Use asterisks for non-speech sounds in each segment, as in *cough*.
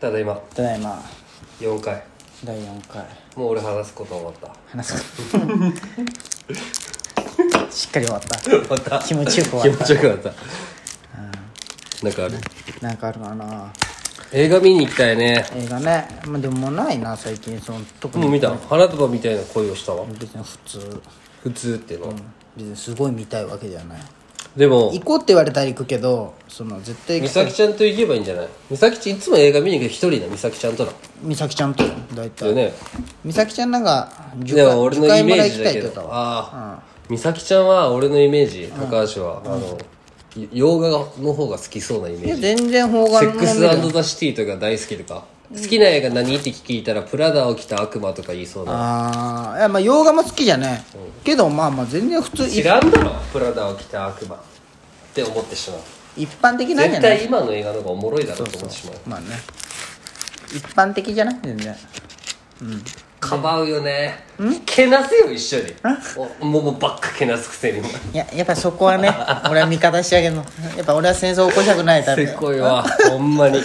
ただいまただいま4回第4回もう俺話すこと終わった話 *laughs* すことしっかり終わった終わった *laughs* 気持ちよく気終わ持っちよくなったなんかあるたなんかあるかな映画見に行きたいね映画ね、まあ、でももうないな最近その特もうに見た花束みたいな恋をしたわ別に普通普通っていうのは別にすごい見たいわけではないでも行こうって言われたら行くけどその絶対美咲ちゃんと行けばいいんじゃない美咲ちゃんいつも映画見に行く一人だ美咲ちゃんとだ美咲ちゃんと大だよ体、ね美咲ちゃんなんか10でも俺のイメージだけ10回もらい行きたいってど言ったわああ美咲ちゃんは俺のイメージ高橋はあのい洋画の方が好きそうなイメーいジや全然邦画セのックスザ・シティとか大好きとか好きな映画何って聞いたら「プラダを着た悪魔」とか言いそうなああいやまあ洋画も好きじゃねけどまあまあ全然普通知いらんだろプラダを着た悪魔って思ってしまう一般的なんじ絶ゃない対今の映画の方がおもろいだろうと思ってしまうまあね一般的じゃない全然かばうよねけなせよ一緒におもうもうばっかけなすくせにいややっぱそこは *laughs* ね俺は味方してあげるのやっぱ俺は戦争起こしたくないタイ *laughs* せプこいわほんまに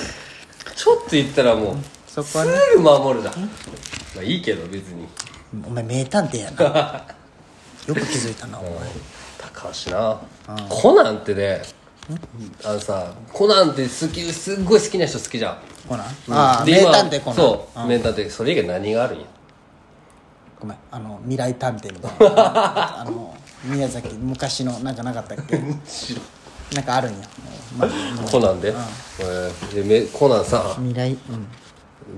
ちょっと言ったらもうそこすはねぐ守るなまあいいけど別にお前名探偵やな *laughs* よく気づいたなお前高橋なコナンってねあのさコナンって好きすっごい好きな人好きじゃんコナンああで名今探偵コナンそう名探偵それ以外何があるんやごめんあの未来探偵みたい *laughs* なあの宮崎昔のなんかなかったっけなんかあるんや、まあ、コナンで、えーでめコナンさ未来うん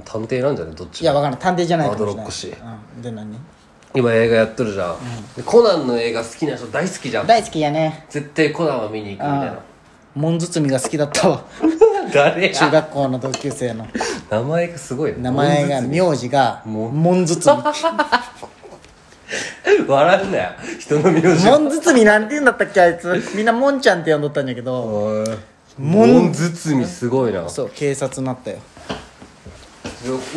探偵なんじゃないどっちいやわかんない探偵じゃないかもしれなまいどろっこしいうん、で何今映画やっとるじゃん、でコナンの映画好きな人大好きじゃん大好きやね絶対コナンは見に行くみたい *laughs* な門包みが好きだったわ誰中や学校の同級生の名前がすごいね名前が名字が門包 *laughs* 笑うなよ人の名み字門包みなんて言うんだったっけあいつみんなもんちゃんって呼んどったんやけどもん包みすごいなそう警察になったよ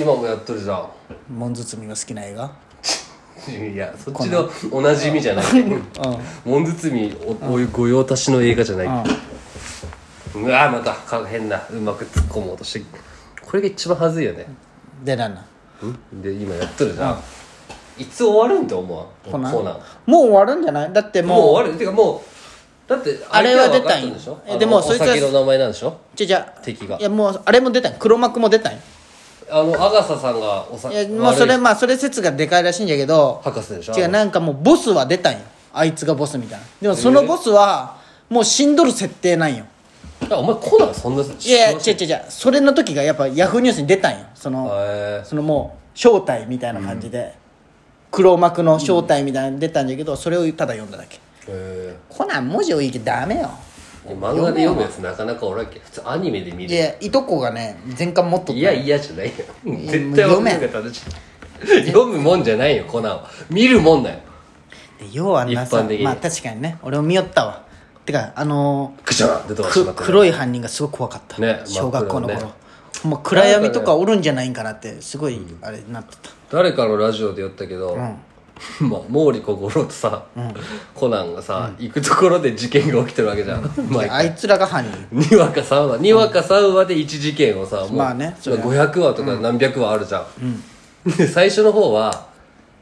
今もやっとるじゃん門包みが好きな映画 *laughs* いやそっちのおなじみじゃない門包みおおご用達の映画じゃない、うわまたか変なうまく突っ込もうとしてこれが一番はずいよね、でなんなんん、で今やっとるじゃん、いつ終わるんって思わんコナンコナンもう終わるんじゃないだってもうもう終わるてかもうだってあれは出たんよ相手は分かっとるでしょえあのでもおそいつは酒の名前なんでしょじゃじゃ敵がいやもうあれも出たんよ黒幕も出たんよあのアガサさんがおい酒やもうそれまあそれ説がでかいらしいんやけど博士でしょ違うなんかもうボスは出たんよあいつがボスみたいなでもそのボスはもう死んどる設定なんよいやお前コナンそんないやいや違う違う違うそれの時がやっぱヤフーニュースに出たんよそのへーそのもう正体みたいな感じで、黒幕の正体みたいなの出たんだけどそれをただ読んだだけへコナン文字多いけどダメよー漫画で読むやつなかなかおらんけ普通アニメで見いるやいとこがね全巻持っとったいやいやじゃないよや絶対読め女が楽しい読むもんじゃないよコナンは見るもんだよで要はな一さ般的にまあ確かにね俺も見よったわてかあのークシャンってとこ閉まくってね黒い犯人がすごい怖かった、ね小学校の真頃、っ暗のねほんま暗闇とかおるんじゃないんかなってすごいあれになってた、誰かのラジオで言ったけど、 *laughs* まあ、毛利小五郎とさ、コナンがさ、行くところで事件が起きてるわけじゃん、まであいつらが犯人にわか3話にわか3話で1事件をさ、もう、まあねそりゃ500話とか何百話あるじゃん、で最初の方は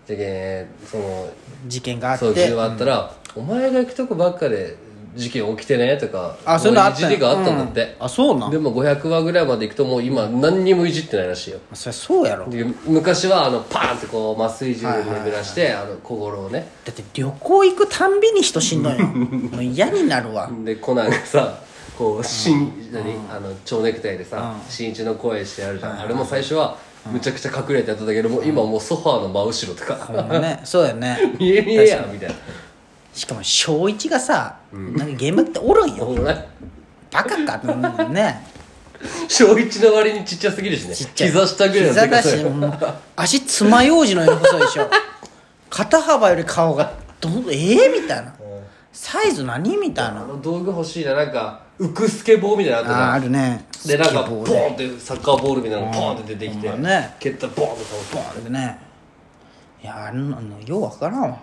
事件その事件があっそうて10話あったら、お前が行くとこばっかで事件起きてね」とかあそういうのあったんやじりがあったんだって、あそうなんでも500話ぐらいまで行くともう今何にもいじってないらしいよそりゃそうやろだで昔はあのパーンってこう麻酔銃で巡らして、あの小五郎をねって旅行行くたんびに人死んどんよもう嫌になるわでコナンがさこうしん何あの蝶ネクタイでさ新一の声してやるじゃんあれも最初はむちゃくちゃ隠れてやったんだけどもう今もうソファーの真後ろとほかんまねそうやね見え見えやみたいなしかも小一がさ、なんか現場っておるんよお前バカかって思うもんね小一の割にちっちゃすぎるしねちっちゃい膝下ぐらいの膝でだかさしもう足つまようじのように細いでしょ肩幅より顔がどんええみたいなサイズ何みたいあなの道具欲しいななんか浮くスケボーみたいなのあったじゃんああるねでなんかスケポボーーンってサッカーボールみたいなのポーンって出てきてほんまね蹴ったらボーンって倒すボーンってねいやあれなのようわからんわ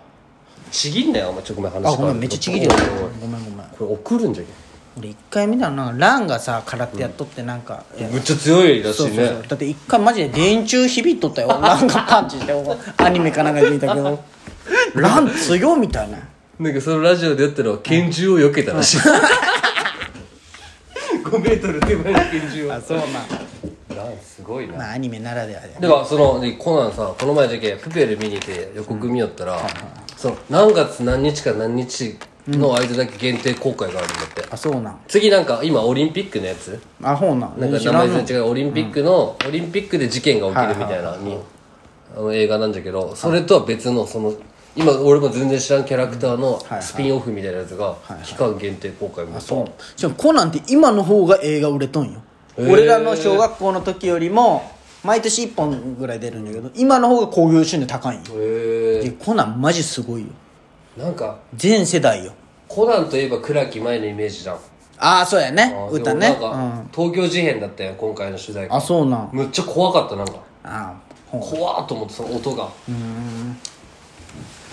ちぎんなよお前ちょっとごめん話あごめ変わんるめっけちゃどちぎるよおいおいごめんごめんこれ送るんじゃけ俺一回見たのなんかランがさ空手やっとってなんか、いやむっちゃ強いらしそいうそうそうねだって一回マジで電柱響いとったよランがパンチしてアニメかなんかで見た *laughs* けどラン強いみたいななんかそのラジオでやったのは拳銃を避けたらしい *laughs* 5メートル手前の拳銃をあそうなランすごいなまあアニメならではでではそのでコナンさこの前だけプペル見に行って予告見よったら、その何月何日か何日の間だけ限定公開があるんだって、あそうなん次なんか今オリンピックのやつあほうなんなんか知名ら前んの全然違うオリンピックの、オリンピックで事件が起きるみたいなにあの映画なんだけどそれとは別のその今俺も全然知らんキャラクターのはいスピンオフみたいなやつが期間限定公開みたいそうしかもコナンって今の方が映画売れとんよへー俺らの小学校の時よりも毎年1本ぐらい出るんだけど今の方が興行収入高いんよへでコナンマジすごいよえんか全世代よコナンといえば倉木前のイメージじゃんああそうやね歌ねでもうなんかん、東京事変だったよ今回の取材あそうなんむっちゃ怖かったなんかあーほ怖っと思ってその音が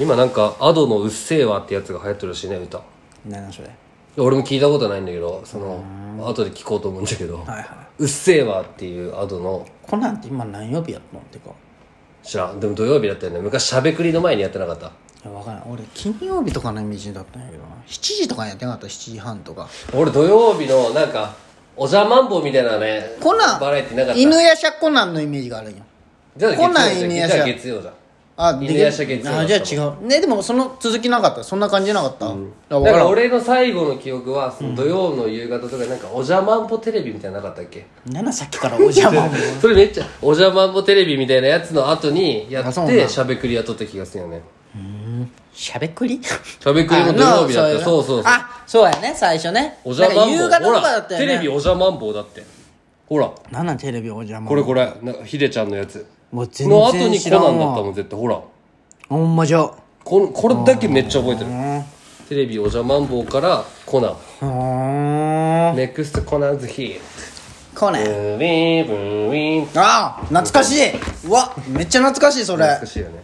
今なんか Ado の「うっせぇわ」ってやつが流行ってるらしいね歌う何それ俺も聞いたことないんだけどその後で聞こうと思うんだけど「はいうっせぇわ」っていう Ado のコナンって今何曜日やったのってか知らんでも土曜日だったよね昔しゃべくりの前にやってなかったいや分からん俺金曜日とかのイメージだったんやけどな7時とかにやってなかった7時半とか俺土曜日のなんかおじゃまんぼうみたいなねコナンバラエティなかった犬夜叉コナンのイメージがあるんよじゃあ月コナン曜犬じゃん夜叉じゃあ月曜じゃんあ犬で夜叉月曜あじゃあ違うねでもその続きなかったそんな感じなかった、だだかから分かららん俺の最後の記憶はその土曜の夕方とかになんかおじゃまんぼテレビみたいなのなかったっけ、なんなんさっきからお邪魔それめっちゃおじゃまんぼテレビみたいなやつの後にやあっそうなんてだしゃべくりやっとった気がするよねしゃべくりしゃべくりも土曜日だったそうそうそうあそうやね最初ねおじゃまんぼなんか夕方とほからだったよテねレビおじゃまんぼうだってほらなんなんテレビお邪魔これこれなんかヒデちゃんのやつもう全の後然に知コらんナわンだったもん絶対ほらほんまじゃうこのこれだけめっちゃ覚えてるんテレビおじゃまんぼうからコナンふーんネクストコナンズヒーコナンブリーブリーああ懐かしいうわめっちゃ懐かしいそれ懐かしいよね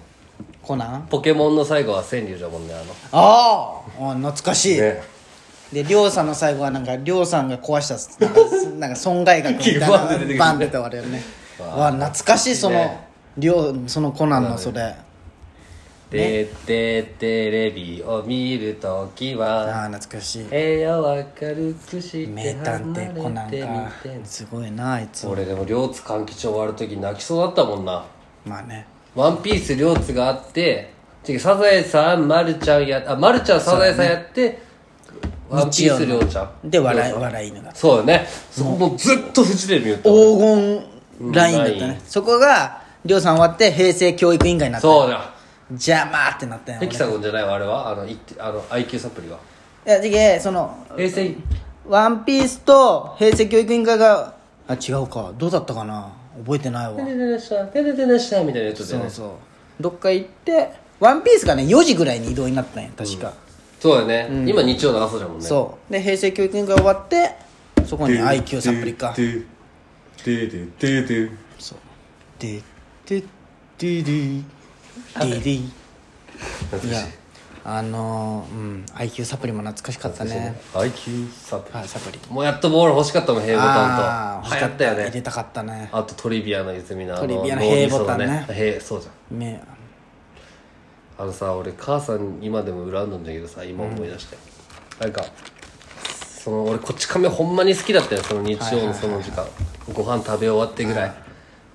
コナンあポケモンの最後は川柳じゃもんねあのああ懐かしい、ねでりょうさんの最後はなんかりょうさんが壊したすなんか *laughs* すなんか損害額みたいなバンって出てくるバンってたわれよねわあ懐かしいそのねりょうそのコナンのそれで、で、テレビを見るときは、ああ懐かしい部屋を明るくして名探偵コナ離ンかれてみてすごいなあいつ俺でも両津勘吉終わるとき泣きそうだったもんなまあねワンピース両津があって違うサザエさん、ま、るちゃんやあまるちゃんサザエさんやって、ワンピース両ちゃんで笑い笑い犬がそうよねそこもずっとフジテレビ言った黄金ラインだっうんラたイねそこがりょうさん終わって平成教育委員会になったそうだじゃあまあってなったよヘキサゴンじゃないわあれはあのいあの IQ サプリはいや、じげ、その、平成ワンピースと平成教育委員会が、あ、違うか。どうだったかな覚えてないわ。テレテレシャテレテレシャみたいなやつだよそうねそう。どっか行って、ワンピースがね、4時ぐらいに移動になったんや、確か。そうだね、今日曜の朝じゃもんねそう。で、平成教育委員会終わって、そこに IQ サプリか。そう。で、で、で、で、で、で、いや、あのー、うん、IQ サプリも懐かしかったね。 IQ サプはい、サプリ。もうやっとボール欲しかったもん平ボタあンあとー、流行ったよ入れねたかったね。あとトリビアの泉のあのトリビアの平ボタンね脳みその平そうじゃんねあのさ俺母さん今でも恨んだんだけどさ今思い出して、なんかその俺こっち亀ほんまに好きだったよその日曜のその時間、ご飯食べ終わってぐらい、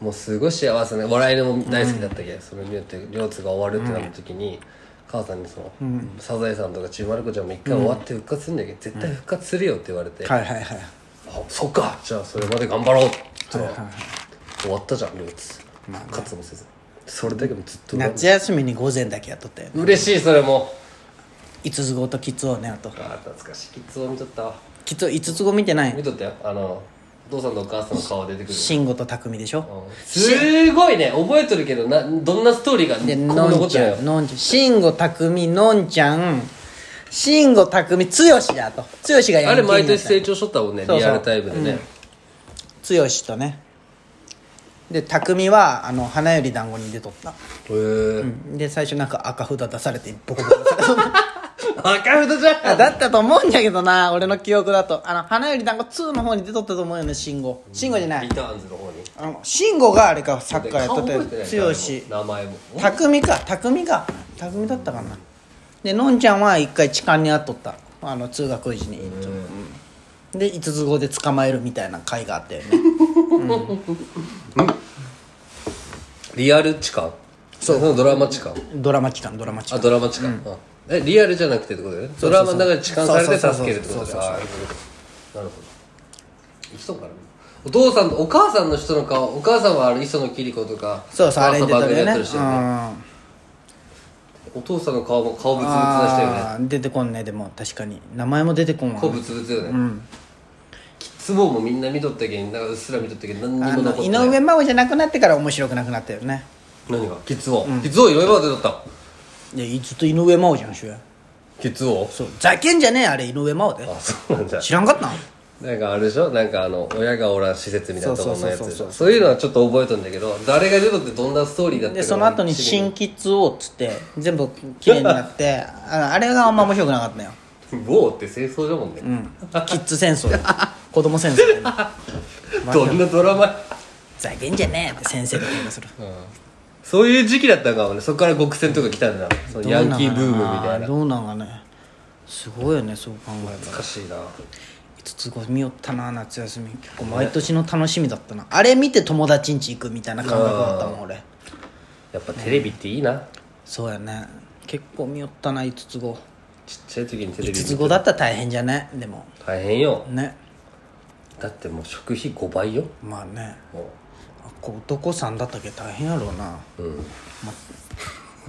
もうすごい幸せね笑いのも大好きだったけど、それ見よって両津が終わるってなった時に、母さんにその、サザエさんとかちびまる子ちゃんも一回終わって復活するんだけど、絶対復活するよって言われて、はいはいはい。あそっかじゃあそれまで頑張ろうって言ったら、終わったじゃん両津復活もせずそれだけもずっと夏休みに午前だけやっとったよね嬉しいそれも五つ子とキッズをねあとあー懐かしいキッズを見とったわキッズ五つ子見てな見いとったよあのお父さんとお母さんの顔出てくる慎吾と匠でしょうんすごいね覚えとるけどなどんなストーリーがでここの残んってちないゃよんのんちゃん慎吾匠のんちゃん慎吾匠剛だと剛があやれる毎年成長しとったもんねそうそうリアルタイムでね、剛とねで匠はあの花より団子に出とったへえ、で最初なんか赤札出されてボコボコされた赤札じゃあんだったと思うんだけどな俺の記憶だとあの花より団子2の方に出とったと思うよね慎吾慎吾じゃなリいターンズの方にあの慎吾があれかサッカーやっとった顔よ覚えてない強いし名前も匠か匠か匠だったかなでのんちゃんは一回痴漢に遭っとったあの通学時にで五つ子で捕まえるみたいな回があったよ *laughs* ねリアル痴漢そうドラマ痴漢ドラマ期間ドラマ期あ間ドラマ痴漢、あえリアルじゃなくてってことだよねドラマの中で痴漢されて助けるってことだよそうそうそうそうあーなるほどなるほど磯からお父さんお母さんの人の顔お母さんはあれ磯野桐子とかそうそうあれおに母出さん番たよ組やってねうるん人よねお父さんの顔も顔ブツブツ出したよねあー出てこんねでも確かに名前も出てこんわ顔ブツブツよね、キッズボーもみんな見とったけんなんかうっすら見とったけど何にあもの残っ井てない上真央じゃなくなってから面白くなくなったよね何がキッズボー、キッズボーいろいろ出とったいやずっと井上真央じゃん主演キッズボーそうざけんじゃねえあれ井上真央であそうなんじゃ知らんかったんなんかあれでしょなんかあの親がおらん施設みたいなところのやつでしそうそうそうょそうそういうのはちょっと覚えとんだけど誰が出とってどんなストーリーだったかでその後に「新キッズ王」っつって全部綺麗になって *laughs* ああれがあんま面白くなかったのよボーって戦争じゃもんね、キッズ戦争 *laughs* よ子供戦争よどんなドラマざけんじゃねえって先生が喧嘩するそういう時期だったんかもねそこから極戦とか来たんだそのヤンキーブームみたいなどうなんかねすごいよねそう考えたらおかしいな五つ子見よったな夏休み結構毎年の楽しみだったなあれ見て友達ん家行くみたいな感覚だったもん俺やっぱテレビっていいな、そうやね結構見よったな五つ子ちっちゃい時にテレビ五見てつ子だったら大変じゃねでも大変よねだってもう食費5倍よまあねもあこう男さんだったけ大変やろうなう、うん、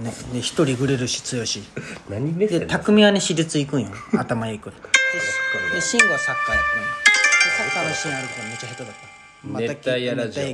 ねで一人ぐれるし強いし何目線でだ匠はね私立行くんよ *laughs* 頭へ *laughs* 行くでしで慎吾はサッカーやってんでサッカーのシーンあるけどめっちゃ下手だった熱帯やラジオ